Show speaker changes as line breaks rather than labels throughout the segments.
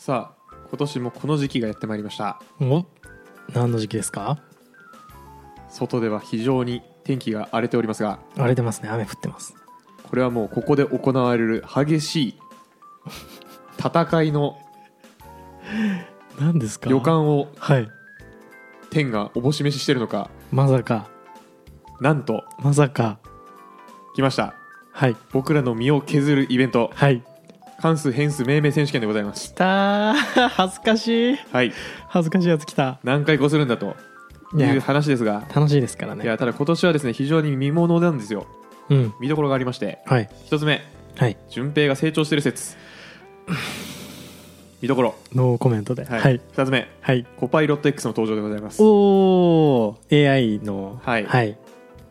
さあ今年もこの時期がやってまいりました
お何の時期ですか
外では非常に天気が荒れておりますが
荒れてますね雨降ってます
これはもうここで行われる激しい戦いの
何ですか
予感を
はい
天がおぼし飯してるのか
まさか
なんと
まさか
来ました
はい
僕らの身を削るイベント
はい
関数変数命名選手権でございます
きたー 恥ずかしい
はい
恥ずかしいやつきた
何回こするんだと
い
いう
や
話ですが
楽しいですから
い
ね
やただ今年はですね非常に見ものなんですよ
うん
見どころがありまして
はい
一つ目
はい
順平が成長してる説見どころ
ノーコメントでは
はいい、
はい、
2つ目コパイロット X の登場でございます
おお AI の
はい
はい、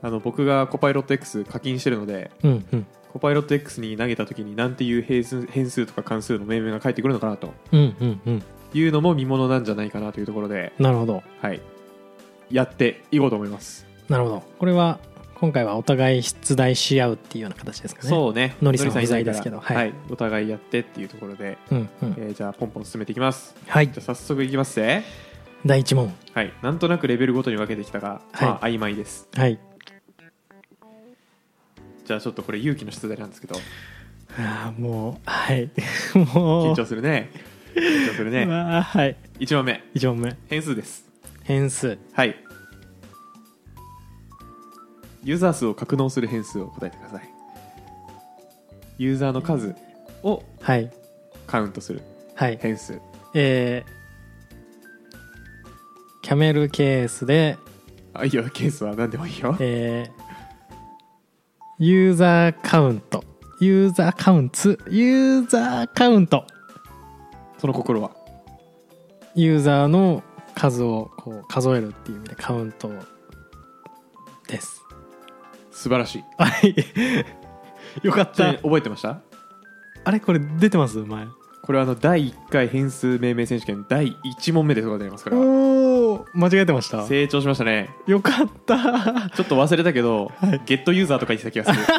あの僕がコパイロット X 課金してるので
うんうん
コパイロット X に投げた時になんていう変数変数とか関数の命名が返ってくるのかなと
うんうんうん
いうのも見ものなんじゃないかなというところで、
なるほど
はい、やっていこうと思います、
なるほどこれは今回はお互い出題し合うっていうような形ですかね
そうね
ノリさん
ノいないから
不在ですけどは
はいいお互いやってっていうところで、
う、うんうん、
えーじゃあポンポン進めていきます
はい
じゃあ早速いきますね
第一問
はいなんとなくレベルごとに分けてきたが、
はい
まあ曖昧です
はい
じゃあちょっとこれ勇気の出題なんですけど
ああもうはいもう
緊張するね緊張する
う
ね
わーはい
1問目
1問目
変数です
変数
はいユーザー数を格納する変数を答えてくださいユーザーの数を
はい
カウントする
はい
変数
えーキャメルケースで、
あいいよケースは何でもいいよ
えーユーザーカウントユーザーカウンツユーザーカウント
その心は
ユーザーの数をこう数えるっていう意味でカウントです
素晴らしい
はい よかっ
ちなみ
た
に覚えてました
あれこれ出てます前
これはあの第1回変数命名選手権第1問目でございますから
おお間違えてました
成長しましたね
よかった
ちょっと忘れたけど、ゲットユーザーとか言ってた気がす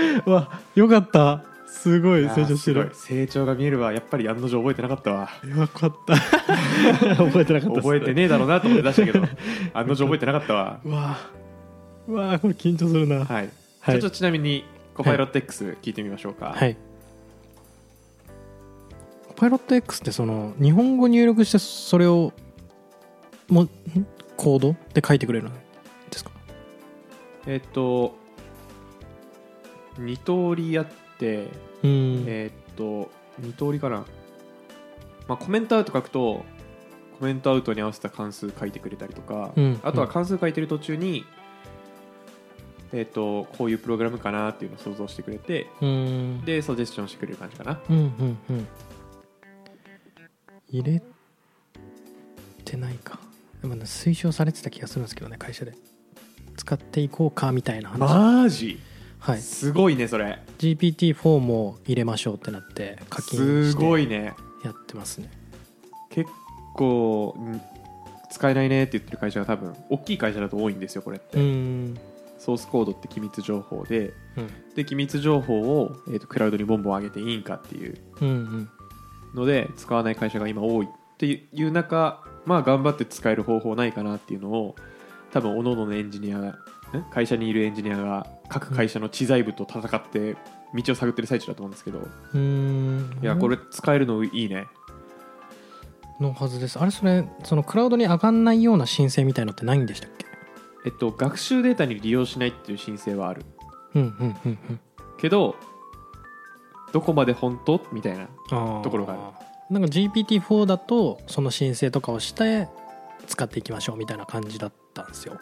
る
うわよかったすごい 成長して
あー
る
すごい成長が見えるわやっぱり案の定覚えてなかったわ
よかった 覚えてなかったっす
覚えてねえだろうなと思って出した けど案の定覚えてなかったわ
うわうわこれ緊張するなはい、
はい、
はい
ちょっとちなみにコパイロット X 聞いてみましょうか、
パイロット X ってその日本語入力してそれをもんコードで書いてくれるんですか
えっ、と二通りあって
うーん
えっ、と二通りかな、まあ、コメントアウト書くとコメントアウトに合わせた関数書いてくれたりとか、
うん
あとは
うん
関数書いてる途中に、えっ、とこういうプログラムかなっていうのを想像してくれて
うーん
でソジェスションしてくれる感じかな
うんうんうん入れてないかでもね推奨されてた気がするんですけどね会社で使っていこうかみたいな話、
マジ、
はい、
すごいねそれ
GPT4 も入れましょうってなって課金
す
し
ご
て
いね
やってますね
結構ん使えないねって言ってる会社が多分大きい会社だと多いんですよこれって、
うーん
ソースコードって機密情報で
うん
で機密情報を、えー、とクラウドにボンボン上げていいんかっていう
うんうん
ので使わない会社が今多いっていう中まあ頑張って使える方法ないかなっていうのを多分おののエンジニアがん会社にいるエンジニアが各会社の知財部と戦って道を探ってる最中だと思うんですけど
うーん
いやこれ使えるのいいね
のはずですあれそれそのクラウドに上がんないような申請みたいのってないんでしたっけ
えっと学習データに利用しないっていう申請はある
うんうんうんうん
けどどこまで本当みたいな
あー
ところが
なんか GPT4 だとその申請とかをして使っていきましょうみたいな感じだったんですよ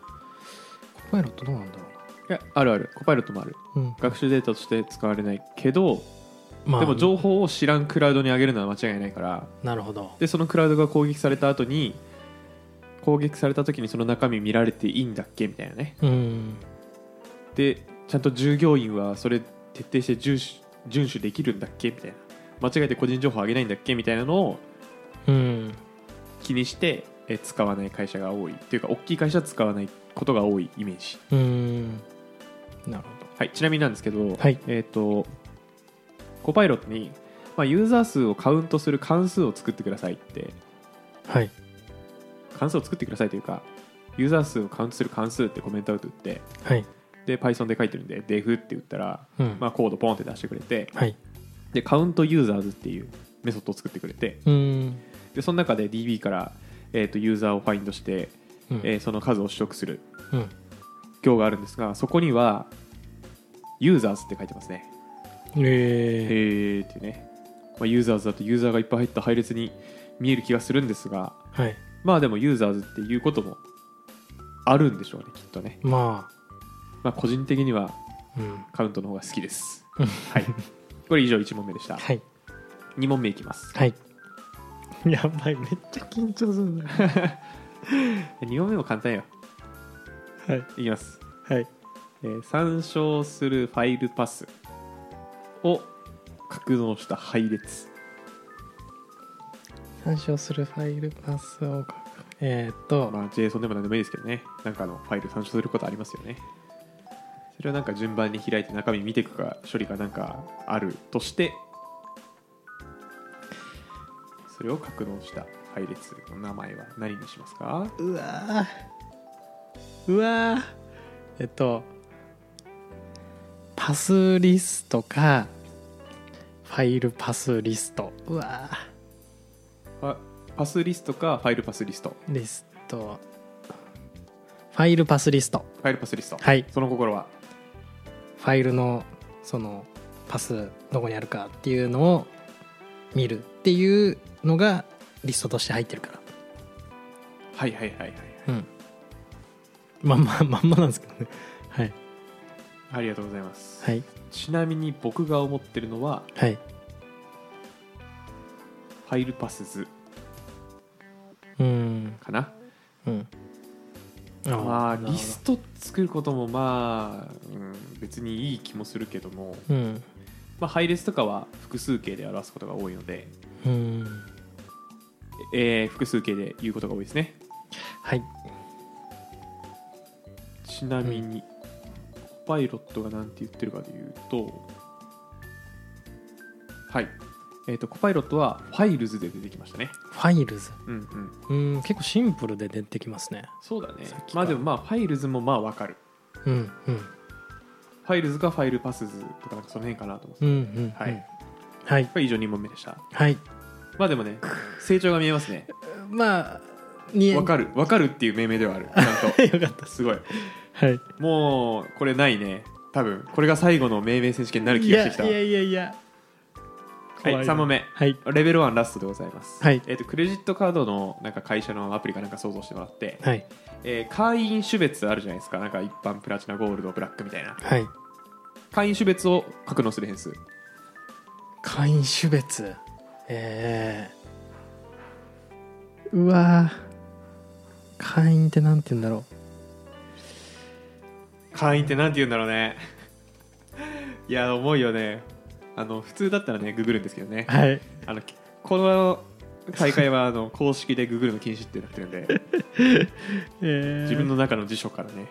コパイロットどうなんだ
い
ろ
やあるあるコパイロットもある
うな、
学習データとして使われないけど
うんまあ、
でも情報を知らんクラウドに上げるのは間違いないから
なるほど
でそのクラウドが攻撃された後に攻撃された時にその中身見られていいんだっけみたいなね
うん
でちゃんと従業員はそれ徹底して遵守遵守できるんだっけみたいな間違えて個人情報上げないんだっけみたいなのを
うん
気にしてえ使わない会社が多いっていうか大きい会社は使わないことが多いイメージ
うんなるほど
はい、ちなみになんですけど、
はい
えっ、と、コパイロットに、ままあ、ユーザー数をカウントする関数を作ってくださいって
はい
関数を作ってくださいというかユーザー数をカウントする関数ってコメントアウト打って
はい
で Python で書いてるんで def って打ったら、
うん、
まあ、コードポンって出してくれて
はい
でカウントユーザーズっていうメソッドを作ってくれて
うーん、
でその中で DB から、えー、とユーザーをファインドして、
うん
えーその数を取得する
うん
行があるんですがそこにはユーザーズって書いてますねへ
えー、
ーっていうね、まあ、ユーザーズだとユーザーがいっぱい入った配列に見える気がするんですが
はい
まあでもユーザーズっていうこともあるんでしょうねきっとね、
ま
まあ、個人的には
あうん
カウントの方が好き です
うん
はいこれ以上1問目でした
はい
2問目いきます
はい やばいめっちゃ緊張す るな
2問目も簡単よ
はい
いきます
はい
えー参照するファイルパスを格納した配列
参照するファイルパスを書くえー、っと、
まあ JSON でも何でもいいですけどねなんかあのファイル参照することありますよねそれをなんか順番に開いて中身見ていくか処理がなんかあるとしてそれを格納した配列の名前は何にしますか
うわーうわーえっとパスリストかファイルパスリストうわ
パパスリストかファイルパスリスト
ーリストファイルパスリスト
ファイルパスリスト、
はい
その心は
ファイルのそのパスどこにあるかっていうのを見るっていうのがリストとして入ってるか
はいはいはいはい
らうんまんままんまなんですけどねはい
ありがとうございます、
はい
ちなみに僕が思ってるのは
はい
ファイルパス図
うん
かな
うん
まあ
なるほど
リスト作ることもまあ、うん別にいい気もするけども、
うん
まあ、配列とかは複数形で表すことが多いので、
うん
えー複数形で言うことが多いですね
はい
ちなみに、パイロットが何て言ってるかで言うとはいえー、とコパイロットはファイルズで出てきましたね。
ファイルズ
うんうん、
うん結構シンプルで出てきますね
そうだね
さっき。か
ま
ら
あでもまあファイルズもまあわかる。
うんうん
ファイルズかファイルパスズとかなんかその辺かなと思って
うんうん
はい
うんはい
これ以上2問目でした。
はい
まあでも ね、成長が見えますね。
まあに
わかる、わかるっていう命名ではある。ちゃんと。
よかった
すごい。
はい
もう、これないね。多分、これが最後の命名選手権になる気がしてきた。
いやいやいやいや
はい、3問目。
はい
レベル1ラストでございます。
はい
えっ、と、クレジットカードのなんか会社のアプリかなんか想像してもらって、
はい
えー会員種別あるじゃないですか。なんか一般プラチナ、ゴールド、ブラックみたいな。
はい
会員種別を格納する変数。
会員種別えー、うわー会員ってなんて言うんだろ
会員ってなんて言うんだろうね。いや、重いよね。あの、普通だったらね、ググるんですけどね
う。はい
あのこの大会はあの公式でググるの禁止ってなってるん で
えー、
自分の中の辞書からね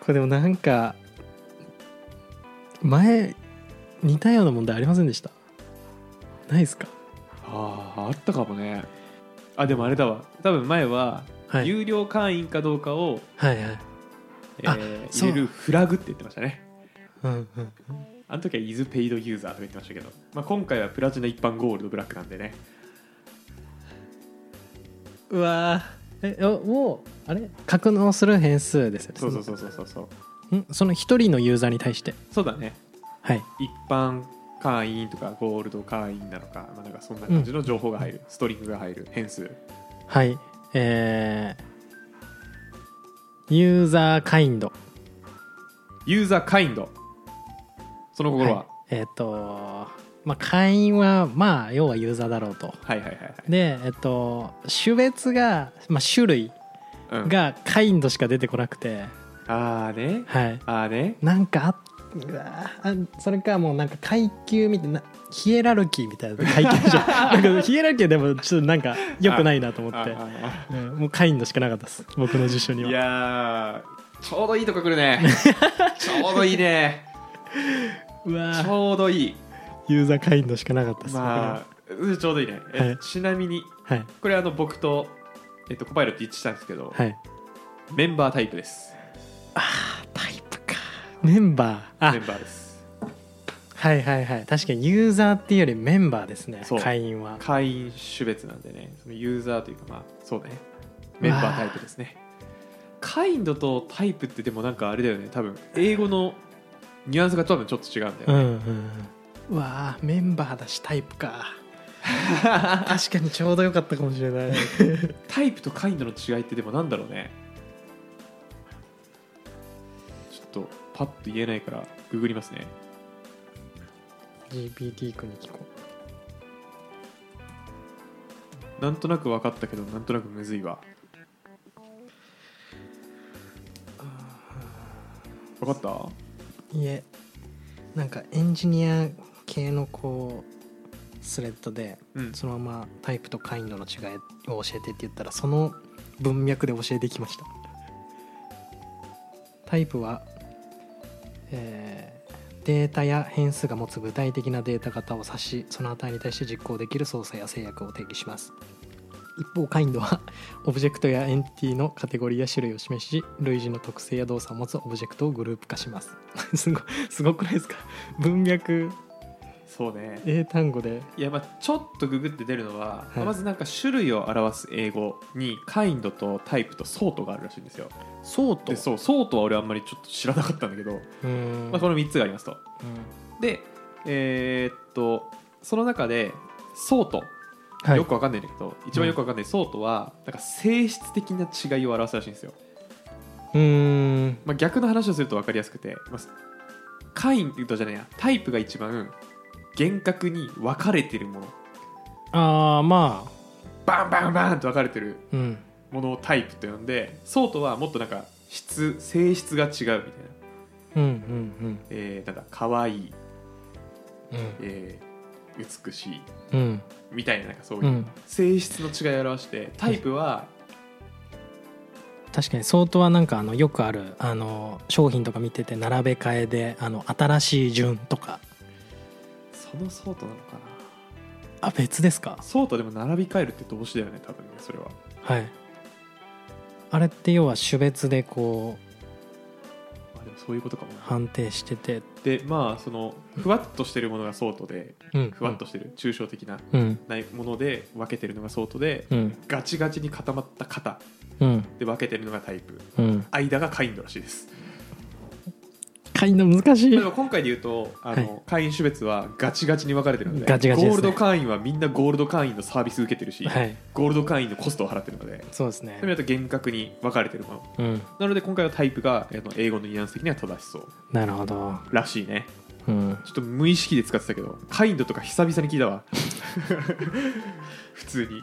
これでもなんか前似たような問題ありませんでしたないですか
あああったかもねあでもあれだわ多分前は
はい
有料会員かどうかを、
はいはい
え
あ
ー
そう
入れるフラグって言ってましたね
うんうん
あの時は is paid user とか言ってましたけど、まあ、今回はプラチナ一般ゴールドブラックなんでね
うわーえあもうあれ格納する変数ですよね
そうそうそうそうそうそうん
その一人のユーザーに対して
そうだね
はい
一般会員とかゴールド会員なのか、まあ、なんかそんな感じの情報が入る、ストリングが入る変数
はいえー、ユーザーカインド
ユーザーカインドその心は、
い、えっ、とまあ会員はまあ要はユーザーだろうと
はいはいはいはい
でえっ、と種別が、まあ、種類
うん、
がカインドしか出てこなくて、
ああね
はい、
ああね
なんかあうわーあそれかもうなんか階級みたいなヒエラルキーみたいな 階級じゃんなんかヒエラルキーでもちょっとなんか良くないなと思
あ
って、
あ
うんもうカインドしかなかったです僕の辞書
あ
に
い
は
やーちょうどいいとこ来るねちょうどいいね
うわ
ち
ー
ょうどいい
ユーザーカインドしかなかったです、
まあうんちょうどいいね、え
はい
ちなみに
僕らは
これあの僕と、えっと、コパイロット一致したんですけど、
いはい
メンバータイプです
タイプかメンバーあ
メンバーです
はいはいはい確かにユーザーっていうよりメンバーですね
そう
会員は
会員種別なんでねそのユーザーというかまあそうだねメンバータイプですねカインドとタイプってでもなんかあれだよね多分英語のニュアンスが多分ちょっと違うんだ
う
よ
ん
ね、
うんうんわあメンバーだしタイプ か確かにちょうどよかったかもしれない
タイプとカインドの違いってでもなんだろうねちょっとパッと言えないからググりますね
GPT 君に聞こ
なんとなく分かったけどなんとなくむずいわ分かった
ういえなんかエンジニア系のこうスレッドで
うん
そのままタイプとカインドの違いを教えてって言ったらその文脈で教えてきましたタイプは、えーデータや変数が持つ具体的なデータ型を指しその値に対して実行できる操作や制約を定義します一方カインドはオブジェクトやエンティのカテゴリーや種類を示し類似の特性や動作を持つオブジェクトをグループ化しますすごすごくないですか文脈
そうね
英単語で
いやまあちょっとググって出るのは、
はい
まずなんか種類を表す英語にカインドとタイプとソートがあるらしいんですよ
そうと
でそうソートは俺あんまりちょっと知らなかったんだけど、
うーん
まあ、この3つがありますと
うん
でえーっとその中でソート
はい
よくわかんないんだけど、一番よくわかんないソートはなんか性質的な違いを表すらしいんですよ、
うーん
まあ、逆の話をすると分かりやすくて、まあ、カインドじゃないやタイプが一番厳格に分かれてるもの
ああまあ
バンバンバンと分かれてる
うん
ものをタイプと呼んでソートはもっとなんか質性質が違うみたいな、
うんうん
えー、なんだ可愛い、
うん
えー美しい
うんうん
みたいななんかそう
う
いうん性質の違いを表してタイプは
確かに相当はなんかあのよくあるあの商品とか見てて並べ替えであの新しい順とか
そのソートなのか
あ別ですか
なソートでも並び替えるって動詞だよね多分ねそれは
はいあれって要は種別でこう
あでもそういうことかも
判定してて
でまあそのふわっとしてるものがソートで
うん
ふわっとしてる抽象的な
うん
ないもので分けてるのがソートで
うん
ガチガチに固まった型
うん
で分けてるのがタイプ
うん
間がカインドらしいです
買いの難しい
例えば今回で言うとあの、
はい
会員種別はガチガチに分かれてるので
ガチガチですね
ゴールド会員はみんなゴールド会員のサービス受けてるし、
はい
ゴールド会員のコストを払ってるので
そうです
それ
ね
だと厳格に分かれてるもの
うん
なので今回はタイプが、えっと英語のニュアンス的には正しそう
なるほど
らしいね
うん
ちょっと無意識で使ってたけどカインドとか久々に聞いたわ 普通に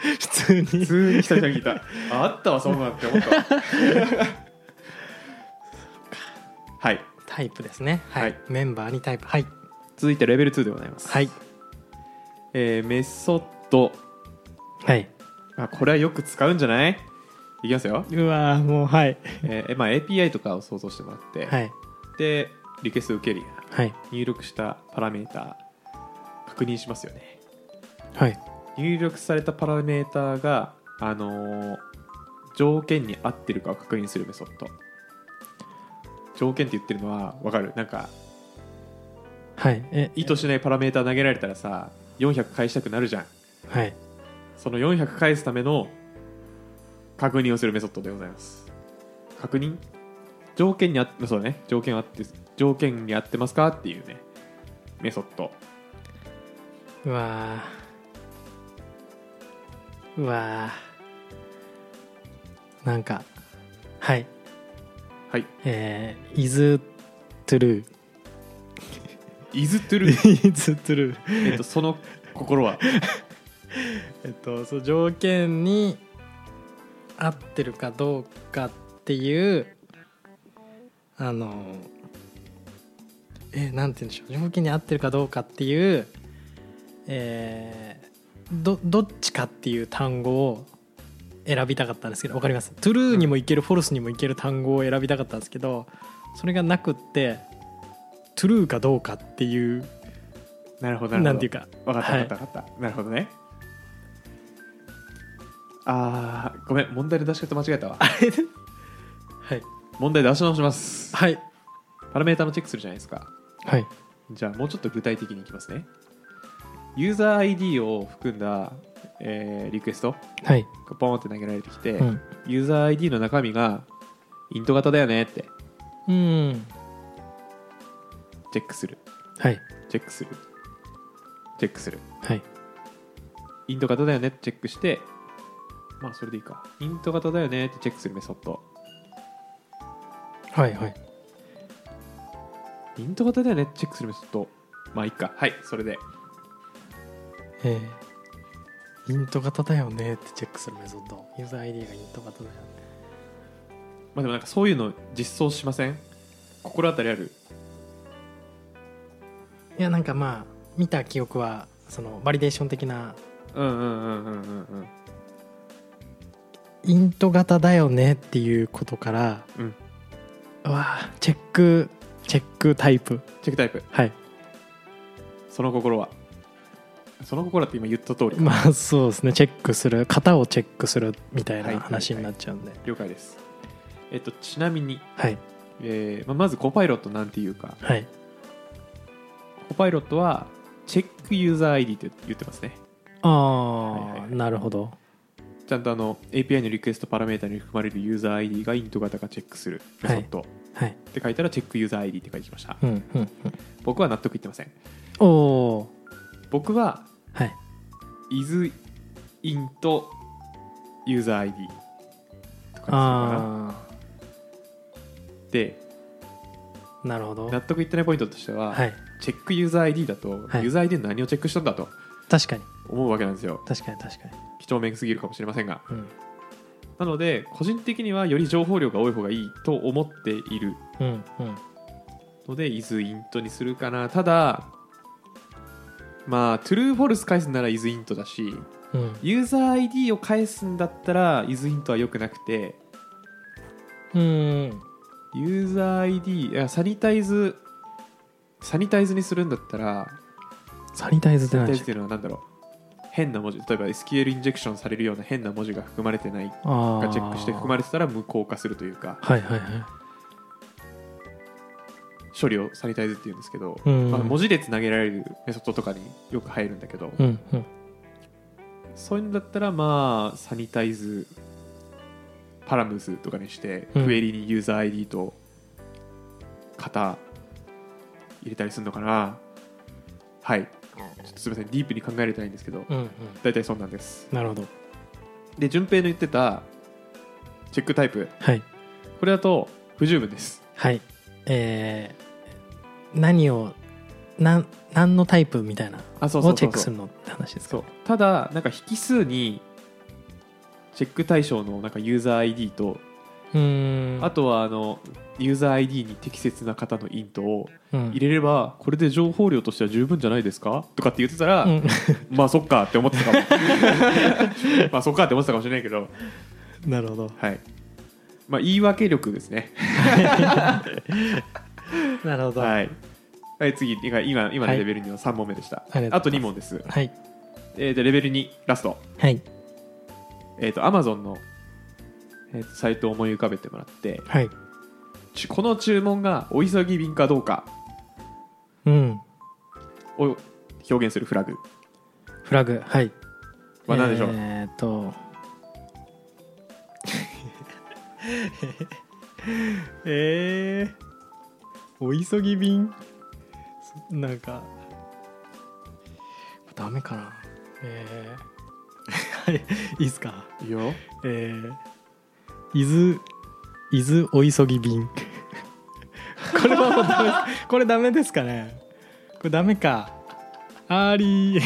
普通に
普通に久々に聞いたああったわそんなんって思ったわ はい
タイプですねはい、
はい
メンバーにタイプはい
続いてレベル2でございます、
はい
えーメソッド
はい
あこれはよく使うんじゃないいきますよ、
うわーもうはい
えーまあ、API とかを想像してもらって、
はい
でリクエスト受けるや
はい
入力したパラメータ確認しますよね
はい
入力されたパラメータが、あのー条件に合ってるかを確認するメソッド条件って言ってるのは分かるなんか
はいえ
意図しないパラメータ投げられたらさ400返したくなるじゃん
はい
その400返すための確認をするメソッドでございます。確認条件にあって、そうだね、条件あって、条件に合ってますかっていうね、メソッド。
うわーうわーなんかはい
はい。
えー、is true
is true。
is true
えっと、その心は、
えっとその条件に合ってるかどうかっていうあのえーなんて言うんでしょう条件に合ってるかどうかっていうえーどどっちかっていう単語を選びたかったんですけどわかります「true」にもいける「false」にもいける単語を選びたかったんですけどそれがなくってトゥルーかどうかっていう
なるほどなるほど
なんていうか
分かった
は
分
い
かった分かった、なるほどねあーごめん問題の出し方間違え たわ
はい
問題出し直します
はい
パラメータのチェックするじゃないですか
はい
じゃあもうちょっと具体的にいきますねユーザー ID を含んだ、えーリクエスト
はい
がポンって投げられてきて、
うん
ユーザー ID の中身がイント型だよねって
うん
チェックする
はい
チェックするチェックする
はい
イント型だよねってチェックしてまあそれでいいかイント型だよねってチェックするメソッド
はいはい
イント型だよねってチェックするメソッドまあいいかはいそれで
えーイント型だよねってチェックするメソッドユーザー ID がイント型だよね
まあでもなんかそういうの実装しません心当たりある
いやなんかまあ見た記憶はそのバリデーション的な
うんうんうんうんうんうん
イント型だよねっていうことから、
うん
うわあチェックチェックタイプ
チェックタイプ
はい
その心はその心って今言った通りか、
まあそうですねチェックする型をチェックするみたい
はい
な話になっちゃうんで
了解ですえっとちなみに、
はい
えーまあ、まずコパイロットなんていうか
はい
コパイロットはチェックユーザー ID って言ってますね
あ
いはい
あ
はい
なるほど
ちゃんとあの API のリクエストパラメータに含まれるユーザー ID がイント型かチェックするメソッド、
はい
って書いたらチェックユーザー ID って書いてきました
うんうんうん
僕は納得いってません
おお
僕は
ーはい
is int ユーザー ID とかにするかな
あ
で
あなるほど
納得いってないポイントとしては、
はい
チェックユーザー ID だと、
はい
ユーザー ID の何をチェックしたんだと
確かに
思うわけなんですよ
確かに確かに
几帳面すぎるかもしれませんが
うん
なので個人的にはより情報量が多い方がいいと思っている
うんうん
ので is int にするかなただまあ true false 返すなら is int だし
うん
ユーザー ID を返すんだったら is int は良くなくて
うん
ユーザー ID いやサニタイズサニタイズにするんだったら
サニタイズって
サニタ
何で
イ
し
ズっ
たってけ
いうのは何だろう変な文字例えば SQL インジェクションされるような変な文字が含まれてない
あ
が
あ
チェックして含まれてたら無効化するというか
はいはいはい
処理をサニタイズっていうんですけど、
うん
まあ、文字列投げられるメソッドとかによく入るんだけど、
うんうん
そういうんだったらまあサニタイズパラムズとかにして、
うん
クエリにユーザー ID と型入れたりするのかなはいちょっとすみませんディープに考えれてないんですけど
うんうん
大体そうなんです
なるほど
で順平の言ってたチェックタイプ
はい
これだと不十分です
はいえー、何をなん何のタイプみたいな
あそうそ
を
う
チ
そ
ェッ
う
ク
そう
するのって話ですか
そうただなんか引数にチェック対象のなんかユーザー ID と
うーん
あとはあのユーザー ID に適切な方のイントを
うん
入れればこれで情報量としては十分じゃないですかとかって言ってたら、
うん
まあそっかって思ってたかも まあそっかって思ってたかもしれないけど
なるほど
はいまあ言い訳力ですね
なるほどはい、
はい、はい、次てか今今のレベル2は3問目でした、
あり
あ
が
と
とう
2
ご
問です、
はい
えー、でレベル2ラスト
はい
えっ、と Amazon の、えーとサイトを思い浮かべてもらって
はい
ちこの注文がお急ぎ便かどうか
うん
を表現するフラグ
フラグはい
は何でしょう、
えーっと えー、お急ぎ便なんかダメかなえ ー、はいいいっすか
いいよ
えー、伊豆伊豆お急ぎ便 これはもうダメこれダメですかねこれダメかあり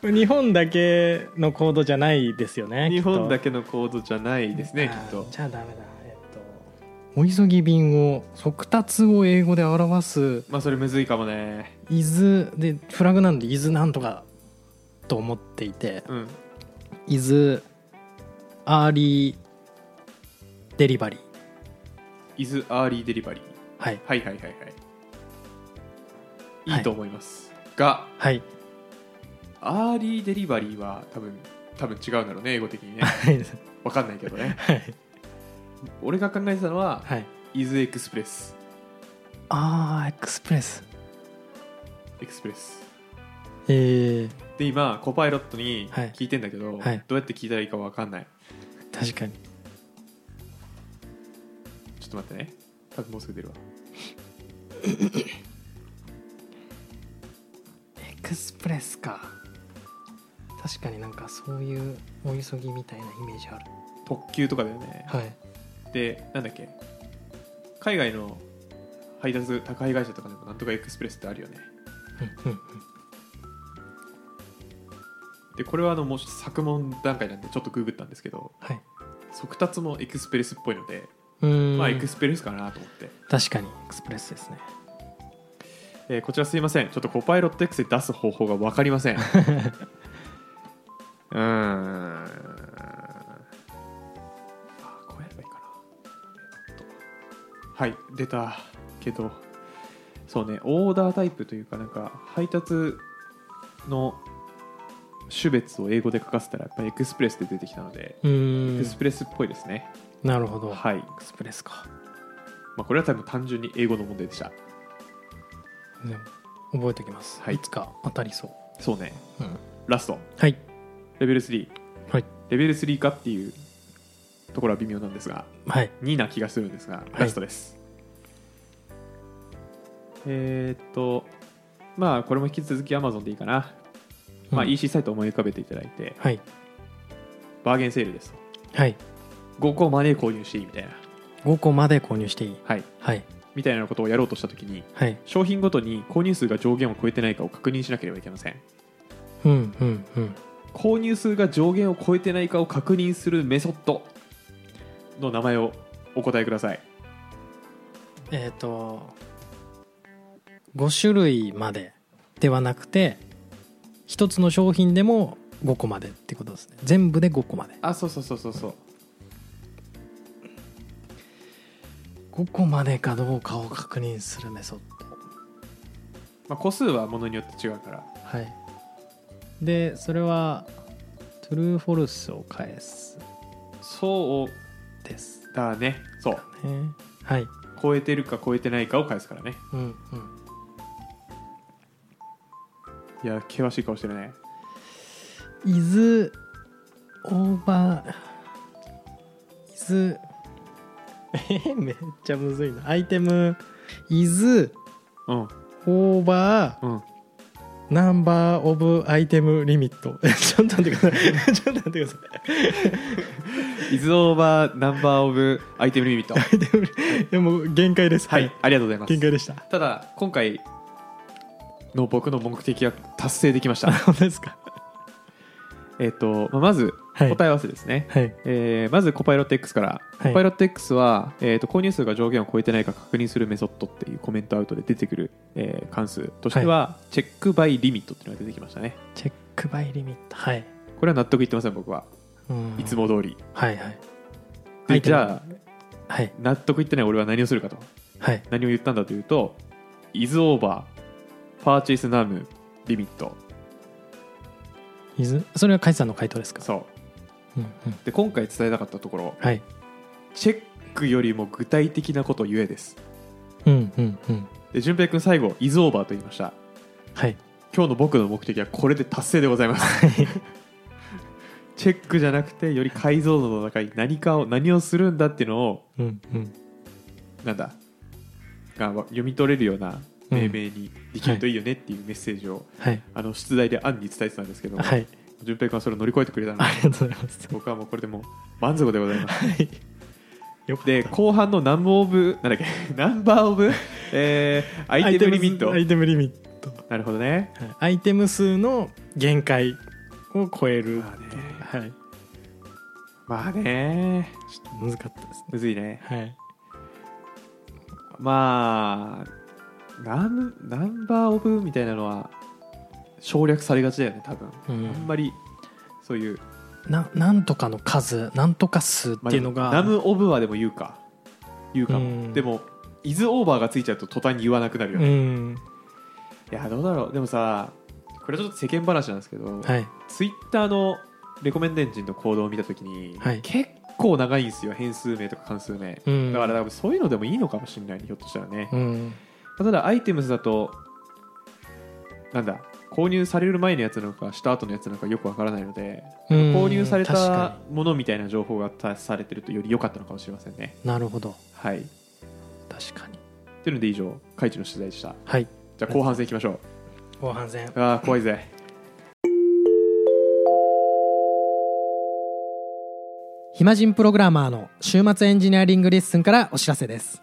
これ日本だけのコードじゃないですよね
日本だ
け
けのコードじゃないですねきっと
じゃあダメだえっとお急ぎ便を速達を英語で表す
まあそれむずいかもね
伊豆でフラグなんで伊豆なんとかと思っていて
うん
伊豆アーリーデリバリー
イズアーリーデリバリー
はい
はいはいはいはいいいと思います、が
はい
アーリーデリバリーは多分多分違うんだろうね英語的 にね
はい
わかんないけどね
はい
俺が考えてたのは
はい
イズエクスプレス
ああエクスプレス
エクスプレス
えー、
で今コパイロットに
はい
聞いてんだけど、
はい
どうやって聞いたらいいかわかんない
確かに
ちょっと待ってね多分もうすぐ出るわ
エクスプレスか確かになんかそういうお急ぎみたいなイメージある
特急とかだよね
はい
でなんだっけ海外の配達宅配会社とかでもなんとかエクスプレスってあるよね
うんうん
でこれはあのもう作問段階なんでちょっとググったんですけど
はい
速達もエクスプレスっぽいので、
うーん
まあエクスプレスかなと思って、
確かにエクスプレスですね
えーこちらすいませんちょっとコパイロット X で出す方法が分かり ませんうーんあこうやればいいかなえっとはい出たけどそうねオーダータイプというかなんか配達の種別を英語で書かせたらやっぱりエクスプレスで出てきたので、
う
エ
ー
ク
ん
スプレスっぽいですね
なるほど、
はい、
エクスプレスか
まあ、これは多分単純に英語の問題でした
でも覚えておきます、
はい
い、つか当たりそう、
そうね
うん、
ラスト
はい
レベル3
はい
レベル3かっていうところは微妙なんですが
はい
2な気がするんですがラストです、えーっとまあこれも引き続き Amazon でいいかな、まあ、
うん
EC サイトを思い浮かべていただいて
はい
バーゲンセールです
はい
5個まで購入していいみたいな
5個まで購入していい
はい
はい
みたいなことをやろうとした時に
はい
商品ごとに購入数が上限を超えてないかを確認しなければいけません
うんうんうん
購入数が上限を超えてないかを確認するメソッドの名前をお答えください
えっ、と5種類までではなくて1つの商品でも5個までってことですね全部で5個まで
あそうそうそうそうそう
5個までかどうかを確認するメソッド
まあ、個数はものによって違うから
はいでそれは true false を返す
そう
です
だねそう
ねはい
超えてるか超えてないかを返すからね
うんうん
いや険しい顔してるね
is over is えーめっちゃむずいなアイテム is
うん
オーバー
うん
ナンバーオブアイテムリミット ちょっと待ってくださ いちょっと待ってくださ
イズオーバーナンバーオブアイテムリミット はい
いでも限界です
はいありがとうございま
限
す
界でした
ただ今回の僕の目的は達成できました
本当ですか
えっと、まあ、まず
はい
答え合わせですね、
はい
えーまずコパイロット X から、
はい
コパイロット X は、えー、と購入数が上限を超えてないか確認するメソッドっていうコメントアウトで出てくる、えー関数としては、チェックバイリミットっていうのが出てきましたね
チェックバイリミットはい、
これは納得いってません僕は
うん
いつも通り、
はいはいア
で
イテ
じ
ム
ゃあ
はい
納得いってない俺は何をするかと
はい
何を言ったんだというと「is over purchase num limit
いずそれはカイさんの回答です」か、
そう
んうん、
うで今回伝えたかったところ
はい
チェックよりも具体的なことゆえです
うんうんうん
で淳平君最後「is over」と言いました
はい
今日の僕の目的はこれで達成でございますチェックじゃなくてより解像度の中に何かを何をするんだっていうのを
うんうん
なんだがわ読み取れるような命名にできるといいよねっていうメッセージを、
はい
あの出題で案に伝えてたんですけども
はい
順平君はそれを乗り越えてくれたので
ありがとうございます
僕はもうこれでもう満足でございます
はいよく
で後半のナンバーオブなんだっけ ナンバーオブ、えー アイテムリミット
アイテムリミット
なるほどね
はいアイテム数の限界を超える、
まあね
はい、
まあね
ちょっと難かったですね。
むずいね
はい、
まあナンナンバーオブみたいなのは省略されがちだよね多分、
うん
あんまりそういう、
ななんとかの数なんとか数っ
まあ
ていうのが、
ナムオブはでも言うか言うかも、
うん
でもイズオーバーがついちゃうと途端に言わなくなるよ
う
ね、
ん
いやどうだろうでもさこれちょっと世間話なんですけど、
はい
ツイッターのレコメンデンジンの行動を見たときに、
はい
結構長いんですよ変数名とか関数名、
うん
だから多分そういうのでもいいのかもしれないねひょっとしたらね、
うん
ただアイテムズだとなんだ購入される前のやつなのかした後のやつなのかよくわからないので、
うん
購入され
確
た
か
ものみたいな情報が足されてるとより良かったのかもしれませんね
になるほど
はい
確かに
というので以上カイチの取材でした
はい
じゃあ後半戦いきましょ
後半戦
うああ怖いぜ
暇人プログラマーの週末エンジニアリングレッスンからお知らせです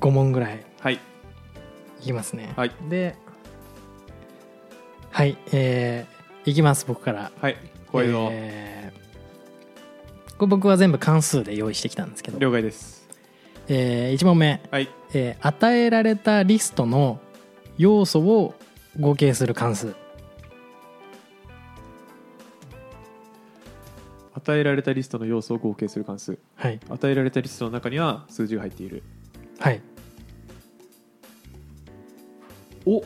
5問ぐらい
はい
いきますね
はい
ではいえー、いきます僕から
はい怖いぞ、
えーこれ僕は全部関数で用意してきたんですけど、
了解です
え1問目、
はい
えー与えられたリストの要素を合計する関数
与えられたリストの要素を合計する関数
はい
与えられたリストの中には数字が入っている
はい
を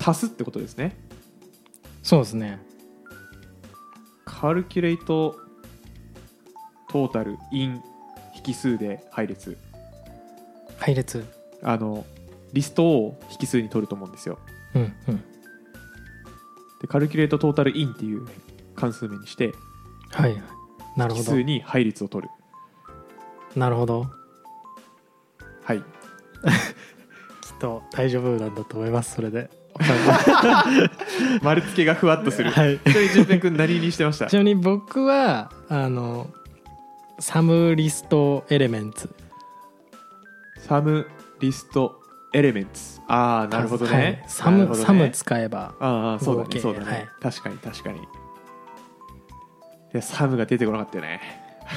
足すってことですね
そうですね
カルキュレートトータルイン引数で配列
配列
あのリストを引数に取ると思うんですよ
うんうん
でカルキュレートトータルインっていう関数名にして
はいはいなるほ
引
ど
数に配列を取る
なるほど
はい
きっと大丈夫なんだと思いますそ れで
丸付けがふわっとする
はい
ちなみに淳平君何にしてました
ちなみに僕はあのサムリストエレメンツ
サムリストエレメンツああなるほどね,、
はいサム
なるほどね
サム使 えば
ああそうだ
合
ね
計
そうだね、
はい
確かに確かにいやサムが出てこなかったよね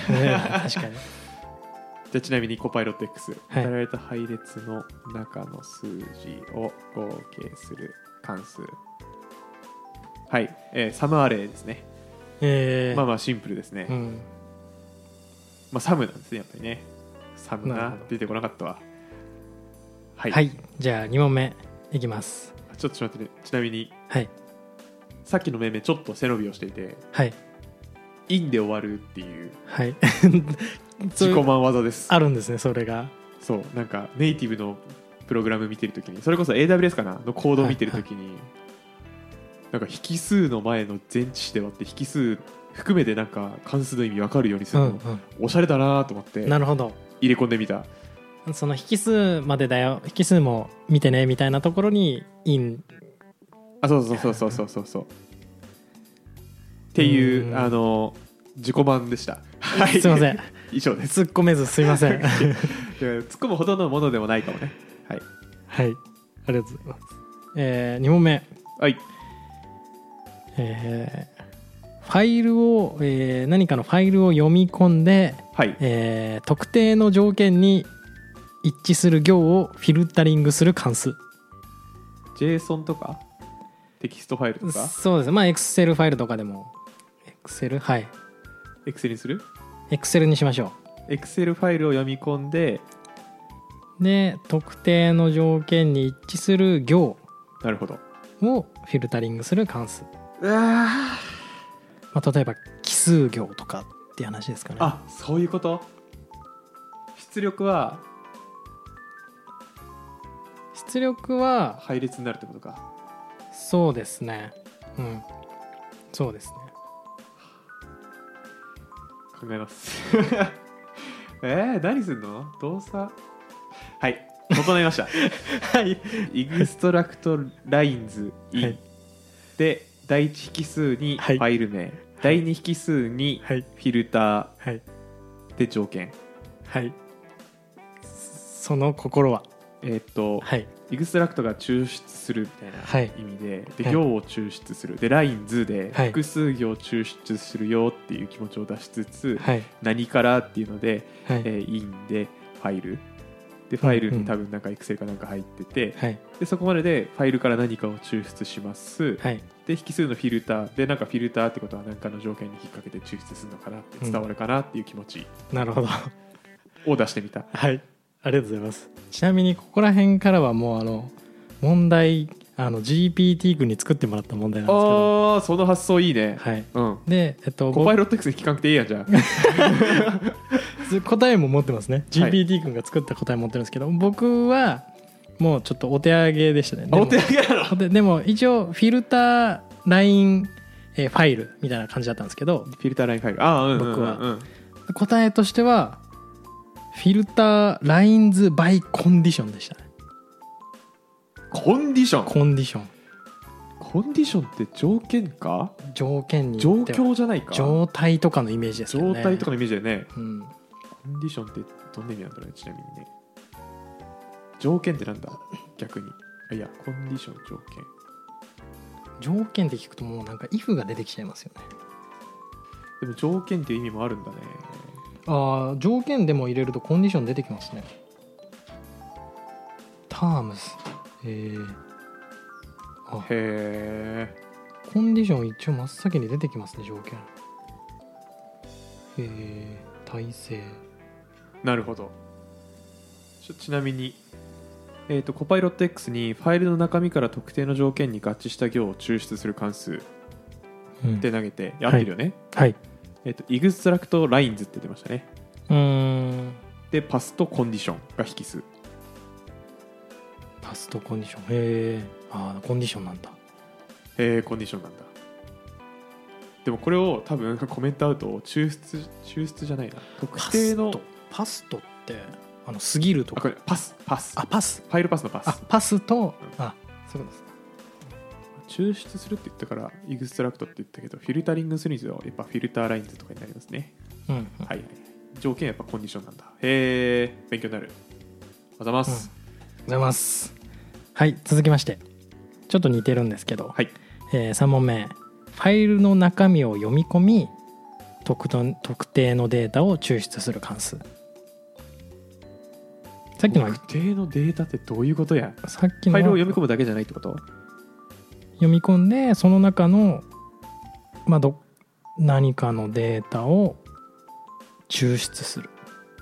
ね確かに
じゃあちなみにコパイロット X、
はい
与えられた配列の中の数字を合計する関数はい、えーサムアレイですね、
えー
まあまあシンプルですね、
うん
まあサムなんですねやっぱりねサム
なる
な
ほど
出てこなかったわはい、
はいじゃあ2問目いきます
ちょっとちょっと待ってねちなみに
はい
さっきの命名ちょっと背伸びをしていて
はい
「イン」で終わるっていう
はい そうい
自
う
己満技です
あるんですねそれが
そうなんかネイティブのプログラム見てるときにそれこそ AWS かなのコードを見てるときに、なんか引数の前の前置詞で割って引数含めてなんか関数の意味分かるようにす
う
る
ん
の、
う
おしゃれだなと思って
んなるほど
入れ込んでみた
その引数までだよ引数も見てねみたいなところにイ ン
あそうそうそうそうそうそうそうっていう
うん
あの自己満で したはい
すいません
以上です
突っ込めずすいません
いや突っ込むほどのものでもないかもねはい
はい、ありがとうございます。えー、2問目、
はい
えーファイルを、えー何かのファイルを読み込んで、
はい
えー特定の条件に一致する行をフィルタリングする関数。
JSON とかテキストファイルとか
そうですね。まあ、Excel ファイルとかでも。Excel? はい。
Excel にする
Excel にしましょ
エクセルファイルを読み込んで
う。で、特定の条件に一致する行
なるほど
をフィルタリングする関数。
あ
まあ、例えば、奇数行とかっていう話ですかね。
そういうこと出力は
出力は、
配列になるってことか
そうですね。うん。そうですね。
考えます えー、何すんの動作はい整いました
はい。
イグストラクトラインズイン、
はい
で第1引数にフ
はい
ァイル名、第2引数に
はい。
フィルタ
は
ー
い。
で条件
はい。その心は
えーっと、
はい
エクストラクトが抽出するみたい
はい
な意味で,、で
はい
行を抽出するでライン図で
はい
複数行抽出するよっていう気持ちを出しつつ、
はい
何からっていうので、
は
え
い
ーインでファイルでファイル
うんう
に
ん
多分なんかエクセルかなんか入ってて、
はい
でそこまででファイルから何かを抽出します、
はい
で引数のフィルターでなんかフィルターってことは何かの条件に引っ掛けて抽出するのかなって伝わるかなっていう気持ち
なるほど
を出してみた、
はいありがとうございますちなみにここら辺からはもうあの問題あの GPT 君に作ってもらった問題なんですけど
ああその発想いいね、
はい
うん
でえっと
コパイロット X 引かなくていいやんじゃあ
僕答えも持ってますね
はい
GPT 君が作った答え持ってるんですけど僕はもうちょっとお手上げでしたねでも
お手上げなの
ほんででも一応フィルターライン、えーファイルみたいな感じだったんですけど
フィルターラインファイルああうんうんうん
僕は
うん
答えとしてはフィルターラインズバイコンディションでしたね
コンディション
コンディション
コンディションって条件か
条件に
状
よっては
況じゃないか
状態とかのイメージですよ
状
ね
態とかのイメージだよね
うん、
コンディションってどんな意味なんだろうねちなみにね条件ってなんだ逆にあいやコンディション条件
条件って聞くともうなんか if が出てきちゃいますよね
でも条件っていう意味もあるんだね
あー条件でも入れるとコンディション出てきますねタームスえーあ
へ
コンディション一応真っ先に出てきますね条件えー、体制
えなるほどちょちなみに、えー、とコパイロット X にファイルの中身から特定の条件に合致した行を抽出する関数
うん
で投げて、合ってるよね、
はい
えっ、とイグストラクトラインズって出ましたね
うーん
でパスとコンディションが引数
パスとコンディションへえああコンディションなんだ
へえコンディションなんだでもこれを多分 コメントアウトを抽出抽出じゃないな特定の
パスとってあの過ぎると
あこれパスパス
あパス
ファイルパスのパ
あ
ス
パスとあそういうことです
抽出するって言ったからイグストラクトって言ったけどフィルタリングするにせよやっぱフィルターラインズとかになりますね
うんうん
はいはい条件はやっぱコンディションなんだへえ勉強になるおはようございます、
ございますはい続きましてちょっと似てるんですけど、
はい
え3問目ファイルの中身を読み込み特と特定のデータを抽出する関数さっきのは
特定のデータってどういうことや
さっき
ファ
のは
イルを読み込むだけじゃないってこと
読み込んでその中の、まあ、ど何かのデータを抽出する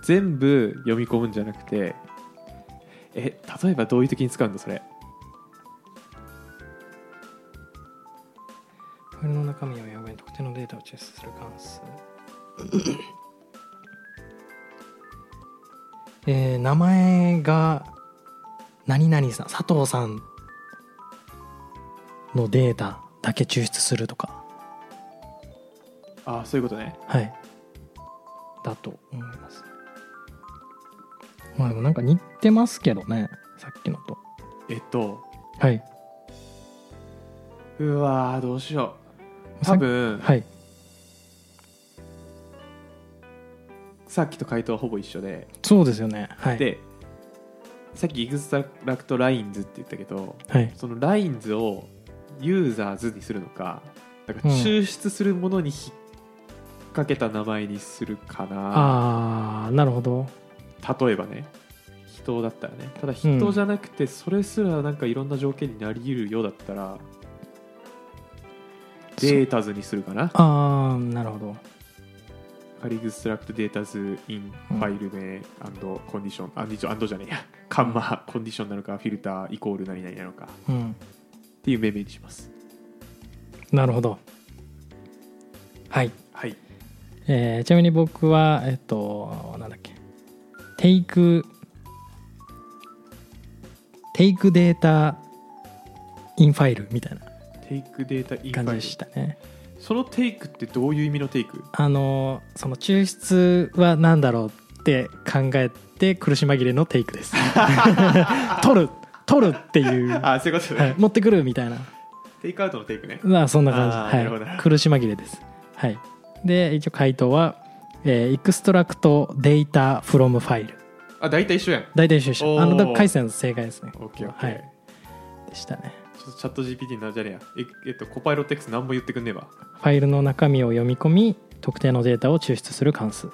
全部読み込むんじゃなくてえ例えばどういう時に使うんだそれ
ファイルの中身を読み込み特定のデータを抽出する関数えー名前が何々さん佐藤さんのデータだけ抽出するとか
ああそういうことね
はいだと思いますまあでもなんか似てますけどねさっきのと
えっと
はいう
わーどうしよう多分
はい
さっきと回答はほぼ一緒で、
そうですよねはい
でさっきイグストラクトラインズって言ったけど
はい
そのラインズをユーザーズにするのかだから
うん
抽出するものに引っ掛けた名前にするかな、
ああなるほど
例えばね人だったらねただ人じゃなくてそれすらなんかいろんな条件になり得るようだったら、データズにするかな
ああなるほど
カリグストラクトデータズインファイル名コンディション、アンディションアンドじゃねえやカンマコンディションなのかフィルターイコール何々なのかっ
うん
ていう命名にします
なるほどはい、
はい
えーちなみに僕はえっとなんだっけテイクテイクデータインファイルみたいな
テイクデータインフ
感じ
ァ
で
イ
し
ル
たね
そのテイクってどういう意味のテイ ク
あのその抽出は何だろうって考えて苦し紛れのテイクです取る取るっていう、は
あそういうことね、
い、持ってくるみたいな
テイクアウトのテイクね
まあそんな
あー
感じ、
なるほど
はい、苦し紛れですはいで一応回答は、えーエクストラクトデータフロムファイル
あ大体一緒やん
大体一緒一
おー
緒あのだから海鮮正解ですね
OKOK、
はいでしたね
ちょっとチャット GPT なじゃねえやええっとコパイロット X 何も言ってくんねえば
ファイルの中身を読み込み特定のデータを抽出する関数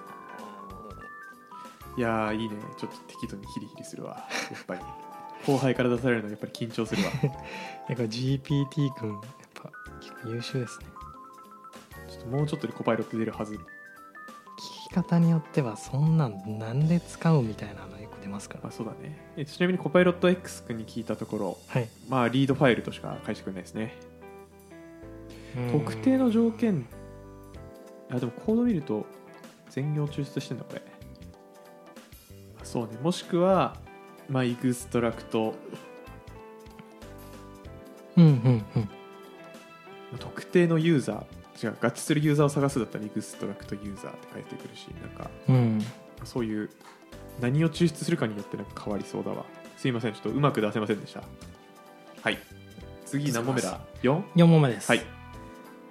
いやーいいねちょっと適度にヒリヒリするわやっぱり後輩から出されるのはやっぱり緊張するわちょ
だから GPT 君やっぱ結構優秀ですね
っともうちょっとでコパイロット出るはず
聞き方によってはそんなんなんで使うみたいなのよく出ますから
まあそうだねえちなみにコパイロット X 君に聞いたところ
はい
まあリードファイルとしか返してくれないですね特定の条件あでもコード見ると全行抽出してんだこれあそうねもしくはまあイグストラクト
うんうんうん
特定のユーザー違う合致するユーザーを探すだったらイグストラクトユーザーって書いてくるしなんか
うん
そういう何を抽出するかによってなんか変わりそうだわすいませんちょっとうまく出せませんでしたはい次何問目だ 4?
4問目です
はい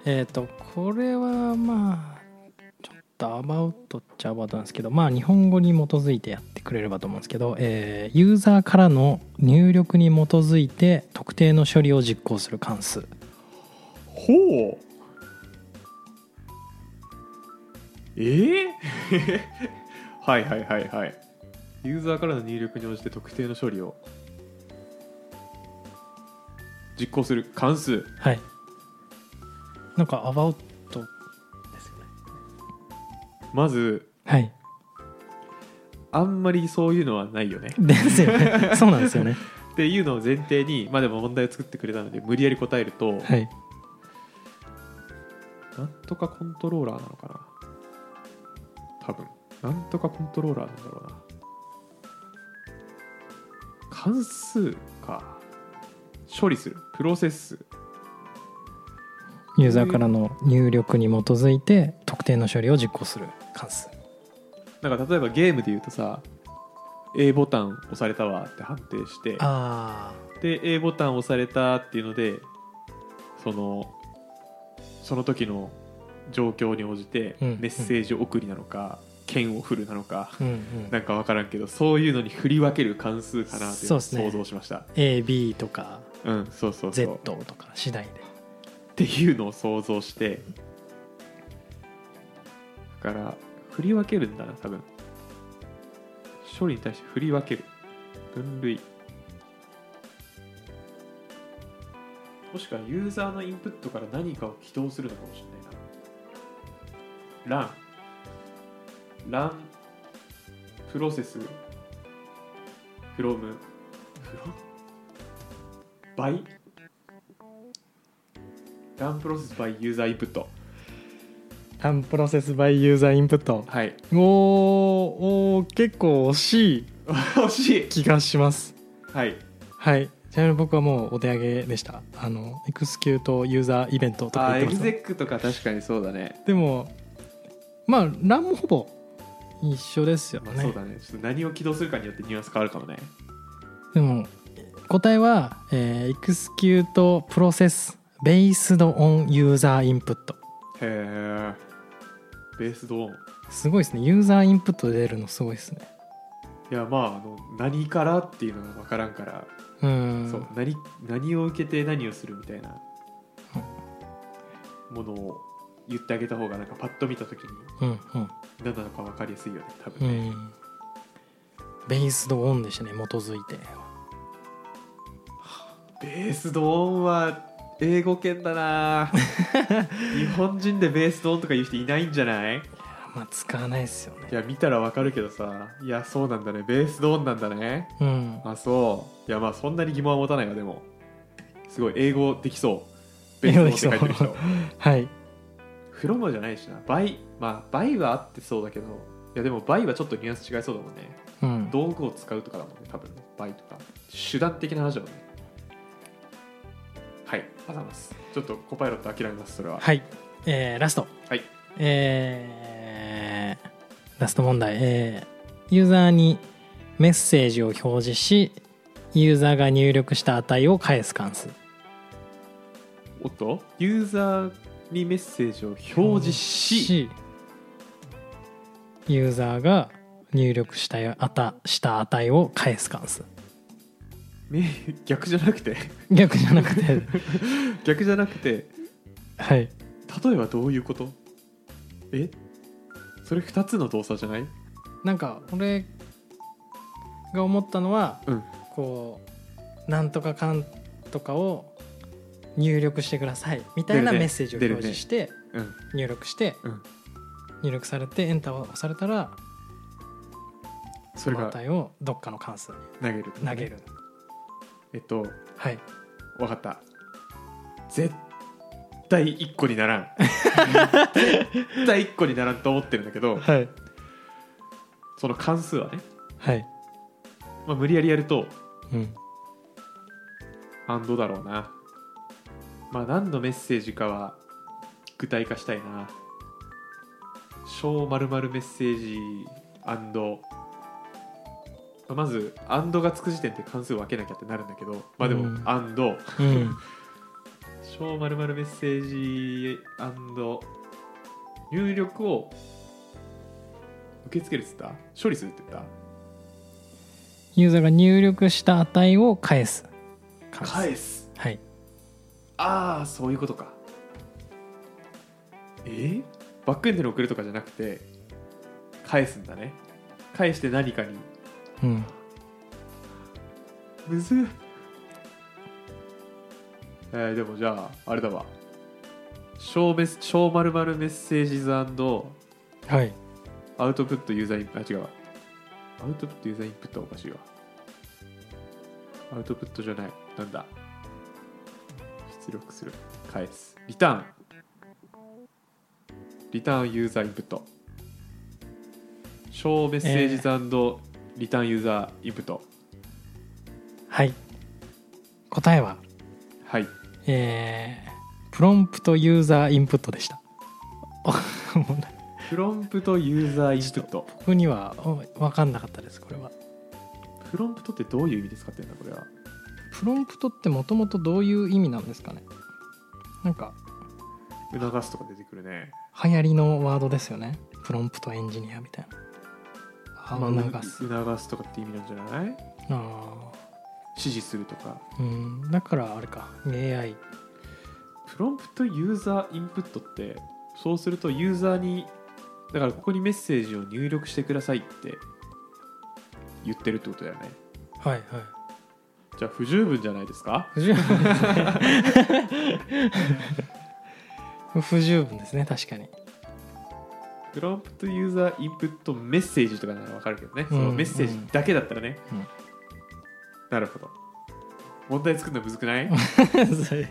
えっ、とこれはまあちょっとアバウトっちゃアバウトなんですけどまあ日本語に基づいてやってくれればと思うんですけど、えーユーザーからの入力に基づいて特定の処理を実行する関数
ほうえー、 はいはいはいはいユーザーからの入力に応じて特定の処理を実行する関数
はいなんかアバウトですよね
まず
はい
あんまりそういうのはないよ ね
ですよ ねそうなんですよね
っていうのを前提にまあでも問題を作ってくれたので無理やり答えると、
はい
なんとかコントローラーなのかな多分なんとかコントローラーなんだろうな関数か処理するプロセス
ユーザーからの入力に基づいて特定の処理を実行する関数
なんか例えばゲームで言うとさ A ボタン押されたわって判定して
あ
で A ボタン押されたっていうのでそのその時の状況に応じて
うん
メッセージ送りなのか、剣を振るなのか
あうんうん
なんか分からんけどそういうのに振り分ける関数かなって
そうっすね
想像しました
AB とか
う,、んそうそうそう
Z とか次第で
っていうのを想像してだから振り分けるんだな多分処理に対して振り分ける分類もしくはユーザーのインプットから何かを起動するのかもしれないな LAN LAN プロセス from from バイランプロセス by ユーザーインプット
タンプロセス by ユーザーインプット
はい
おーおー結構惜しい
惜しい
気がします
はい
はいちなみに僕はもうお手上げでしたあのエクスキュートユーザーイベントと
あ
か
ー
言
エ
ってま
グ
した
ゼックとか確かにそうだね
でもまあ LAN もほぼ一緒ですよね
そうだねちょっと何を起動するかによってニュアンス変わるかもね
でも答えは、えー、Execute Process Based on User Input
へえベースドオン
すごいですねユーザーインプットで出るのすごいですね
いやまああの何からっていうのが分からんから、
うん
そう何何を受けて何をするみたいなものを言ってあげた方がなんかパッと見た時に
うんうん
何なのか分かりやすいよね多分
う
ね、
んベースドオンでしたね基づいて
ベースドオンは英語圏だな 日本人でベースドオンとか言う人いないんじゃない
まあ使わないですよね
いや見たらわかるけどさいやそうなんだねベースドオンなんだね
うん
あそういやまあそんなに疑問は持たないわでもすごい英語できそうベ
英語で
ー
き
ス
そ
ド
う
オンって書いてる人
はい
フロムじゃないしなバイまあバイはあってそうだけどいやでもバイはちょっとニュアンス違いそうだもんね
うん
道具を使うとかだもんね多分ねバイとか手段的な話だもんねはいあざますちょっとコパイロット諦めますそれは
はいえー、ラスト
はい
えーラスト問題、えーユーザーにメッセージを表示しユーザーが入力した値を返す関数
おっとユーザーにメッセージを表示し
ユーザーが入力したよあたした値を返す関数
め逆じゃなくて
逆じゃなくて
逆じゃなくて
はい
例えばどういうことえそれ2つの動作じゃない
なんか俺が思ったのは、
うん
こうなんとかかんとかを入力してくださいみたいな
出るね
メッセージを
出
表
るね
示して
うん
入力して
うん
入力されてエンターを押されたら
そ
そ
れ
の
が
値をどっかの関数に
投げる
投げる
えっと
はい
わかった絶対1個になら ん絶対1個にならんと思ってるんだけど
はい
その関数はね、
はい
まあ、無理やりやると
うん
アンドだろうなまあ何のメッセージかは具体化したいな小〇〇メッセージアンドまあまずアンドがつく時点で関数を分けなきゃってなるんだけどまあで
う
も
ん
アンド
うん
小〇〇メッセージアンド入力を受け付けるっつった処理するって言っ
ユーザーが入力した値を返す
た
関数
返す
はい
ああそういうことかえーバックエンドに送るとかじゃなくて返すんだね返して何かに
うん
むずっえーでもじゃああれだわ小メス小丸々メッセージズアウト
はい
プットユーザーインプあ違うわアウトプットユーザーインプットはおかしいわアウトプットじゃないなんだ出力する返すリターンリターンユーザーインプット小メッセージズリターンユーザーインプット、
はい答えは
はい
えープロンプトユーザーインプットでした。おもうな
プロンプトユーザーインプット
僕にはお分かんなかったですこれは。
プロンプトってどういう意味で使ってんだこれは
プロンプトってもともとどういう意味なんですかねなんか
促すとか出てくるね
流行りのワードですよねプロンプトエンジニアみたいな。あ
まあ
ー促す。
促すとかって意味なんじゃない
あ
指示するとか
ーうんだからあれか AI
プロンプトユーザーインプットってそうするとユーザーにだからここにメッセージを入力してくださいって言ってるってことだよね
はいはい。
じゃあ不十分じゃないですか
不十分ですね。不十分ですね確 かに。
プロンプトユーザーインプットメッセージとかならわかるけどね、そのメッセージだけだったらね、
うん
なるほど問題作るのむずくない
それ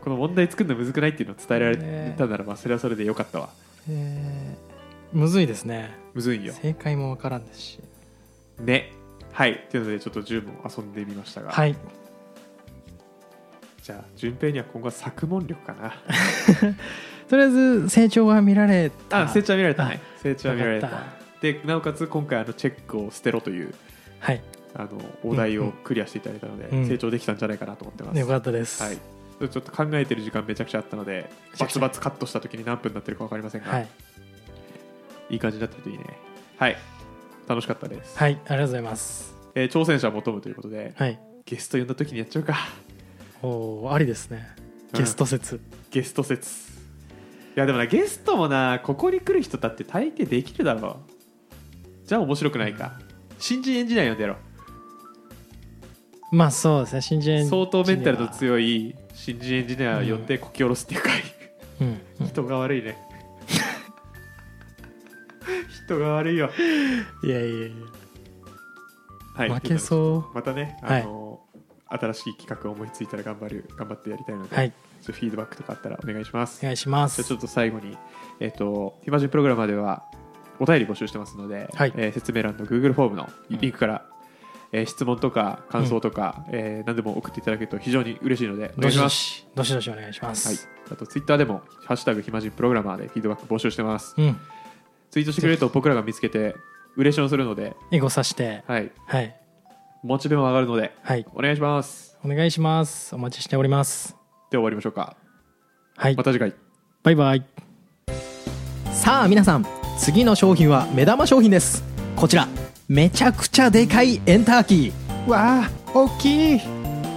この問題作るのむずくないっていうのを伝えられ
ね
たなら、まあ、それはそれでよかったわ。
えーむずいですね。
むずいんよ。
正解もわからんですし
ね。はい。というので、ちょっと10問遊んでみましたが、
はい
じゃあ、順平には今後は作問力かな。
とりあえず成長が見られた
あ、成長は見られた。はい成長は見られ
よか
た。で、なおかつ、今回、あのチェックを捨てろという
はい
あのお題をクリアしていただいたので、
うんうん
成長できたんじゃないかなと思ってます。
よかったです
はい。ちょっと考えてる時間めちゃくちゃあったので、
めちゃ
バ
く
ツ
ちゃ
バツカットした時に何分になってるか分かりませんが、
はいい、、
い感じになってるといいね。はい。楽しかったです。
はいありがとうございます
えー挑戦者を求むということで、
はい
ゲスト呼んだ時にやっちゃうか
おーありですね
うん
ゲスト説、
ゲスト説いやでもなゲストもなここに来る人だって大抵できるだろうじゃあ面白くないか新人エンジニア呼んでやろう
まあそうですね新人エンジニア
相当メンタルの強い新人エンジニア呼んでこき下ろすっていう回
うん、うん
人が悪い ね人が悪いよ
いやいやい
はい
や負けそう
またねあの、新しい企画を思いついたら頑張る頑張ってやりたいので、
はい
ちょっとフィードバックとかあったらお願いします
お願いしま
じ
す
ゃあちょっと最後に、えっ、と、暇人プログラマーではお便り募集してますので、
はい
えー説明欄の Google フォームの
うん
リンクから、えー質問とか感想とか、えー何でも送っていただけると非常に嬉しいので、お願
ど
い
し
し
ど
ます。
しどしどしお願いしま
はい
す、、
あと、Twitter でも、ハッシュタグ暇人プログラマーでフィードバック募集してます。
うん
ツイートしてくれると僕らが見つけて、ウレションするので、
エゴさして
はい、
はい
モチベも上がるので、
はい
お願いします。
お願いしますお待ちしております
では終わりましょうか。
はい
また次回。
バイバイさあ皆さん次の商品は目玉商品ですこちらめちゃくちゃでかいエンターキー
わあ大きい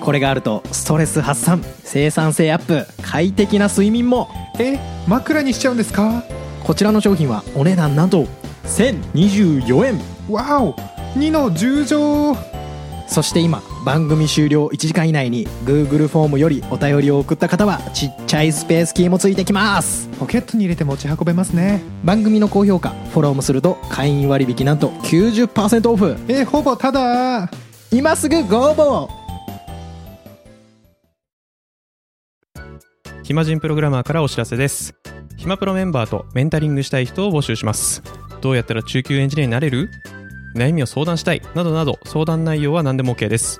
これがあるとストレス発散生産性アップ快適な睡眠も
え枕にしちゃうんですか
こちらの商品はお値段なんと1024円
わお2の10乗
そして今番組終了1時間以内に Google フォームよりお便りを送った方はちっちゃいスペースキーもついてきます
ポケットに入れて持ち運べますね
番組の高評価フォローもすると会員割引なんと90%オフ
えほぼただ
今すぐご応募
暇人プログラマーからお知らせです暇プロメンバーとメンタリングしたい人を募集しますどうやったら中級エンジニアになれる悩みを相談したいなどなど相談内容は何でも OK です